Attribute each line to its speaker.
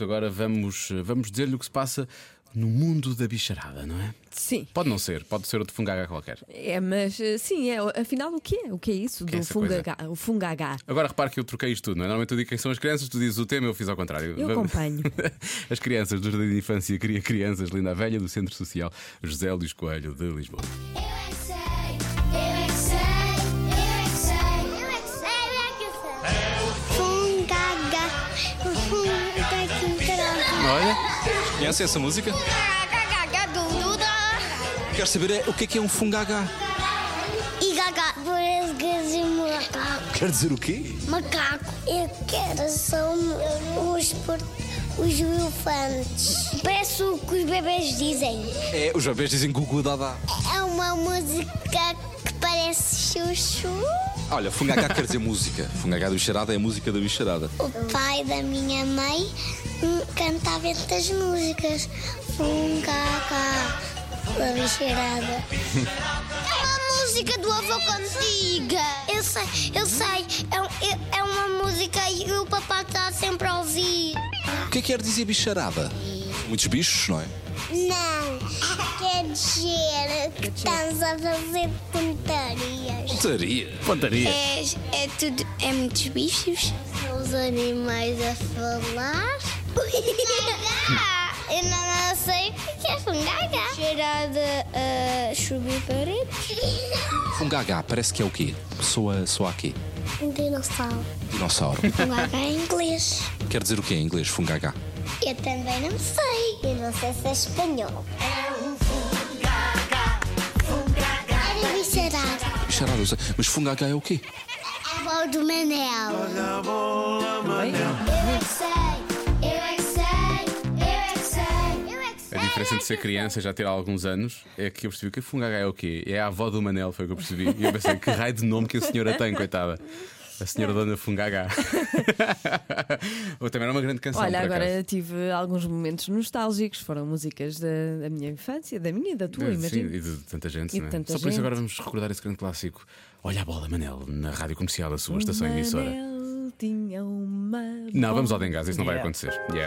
Speaker 1: Agora vamos, vamos dizer-lhe o que se passa no mundo da bicharada, não é?
Speaker 2: Sim.
Speaker 1: Pode não ser, pode ser outro fungaga qualquer.
Speaker 2: É, mas eh, sim, é, afinal o que é? O que é isso
Speaker 1: é
Speaker 2: do
Speaker 1: essa coisa?
Speaker 2: fungagá? O fungagá.
Speaker 1: Agora repare que eu troquei isto tudo, não é? Normalmente eu digo quem são as crianças, tu dizes o tema, eu fiz ao contrário.
Speaker 2: Eu
Speaker 1: Vamos-
Speaker 2: acompanho.
Speaker 1: As crianças do Jardim de Infância Cria Crianças, Linda a Velha, do Centro Social José Luís Coelho, de Lisboa.
Speaker 3: Eu é que sei, eu é que sei, eu é que sei, eu é que sei. Fungaga, o fungaga que entrava.
Speaker 4: Olha, conhece essa música?
Speaker 3: Gaga, dunduda.
Speaker 4: Quero saber é, o que é que é um fungagá.
Speaker 3: E gaga, por esse gajo macaco.
Speaker 4: Quer dizer o quê?
Speaker 3: Macaco. Eu quero são os, por, os elefantes. Parece o que os bebês dizem.
Speaker 4: É, os bebês dizem gugu dadá.
Speaker 3: É uma música que parece chuchu.
Speaker 4: Olha, fungagá quer dizer música. Fungagá do bicharada é a música da bicharada.
Speaker 3: O pai da minha mãe hum, cantava estas músicas. Um cacá, uma bicharada. É uma música do avô cantiga. Eu sei, eu sei. É, um- é- é uma música e o papá está sempre a ouvir.
Speaker 4: O que é que quer dizer bicharada? Muitos bichos, não é?
Speaker 3: Não, quer dizer que estamos a fazer pontarias.
Speaker 4: Putaria.
Speaker 1: Pontaria!
Speaker 3: É, é tudo, é muitos bichos. São os animais a falar. Eu não, não sei o que é fungaga. Cheirada a eh, subir paredes.
Speaker 4: Fungagá parece que é o quê? Soa, soa a quê?
Speaker 3: Um dinossauro.
Speaker 4: Dinossauro.
Speaker 3: Fungaga em inglês.
Speaker 4: quer dizer o quê em inglês, fungagá?
Speaker 3: Eu também não sei. Eu não sei se é espanhol. um Era bicharada.
Speaker 4: Bicharada, eu sei. Mas fungagá é o quê?
Speaker 3: Avó do Manel. Eu é que sei, eu é que sei, eu é que sei, eu é que sei.
Speaker 1: A diferença entre ser criança e já ter alguns anos é que eu percebi que fungaga é o quê? É a avó do Manel, foi o que eu percebi. E eu pensei, que raio de nome que a senhora tem, coitada. A senhora Dona Fungaga. Ou também era uma grande canção.
Speaker 2: Olha,
Speaker 1: por acaso.
Speaker 2: agora tive alguns momentos nostálgicos, foram músicas da, da minha infância, da minha e da tua,
Speaker 1: Eh, É, Sim,
Speaker 2: imagino.
Speaker 1: e de tanta gente,
Speaker 2: E de
Speaker 1: não é?
Speaker 2: tanta
Speaker 1: Só por isso
Speaker 2: gente.
Speaker 1: agora vamos recordar esse grande clássico. Olha a bola, Manel, na rádio comercial, a sua estação emissora.
Speaker 2: Manel tinha uma
Speaker 1: Não, vamos ao
Speaker 2: bola.
Speaker 1: Dengás, isso não vai
Speaker 2: Yeah.
Speaker 1: acontecer. Yeah.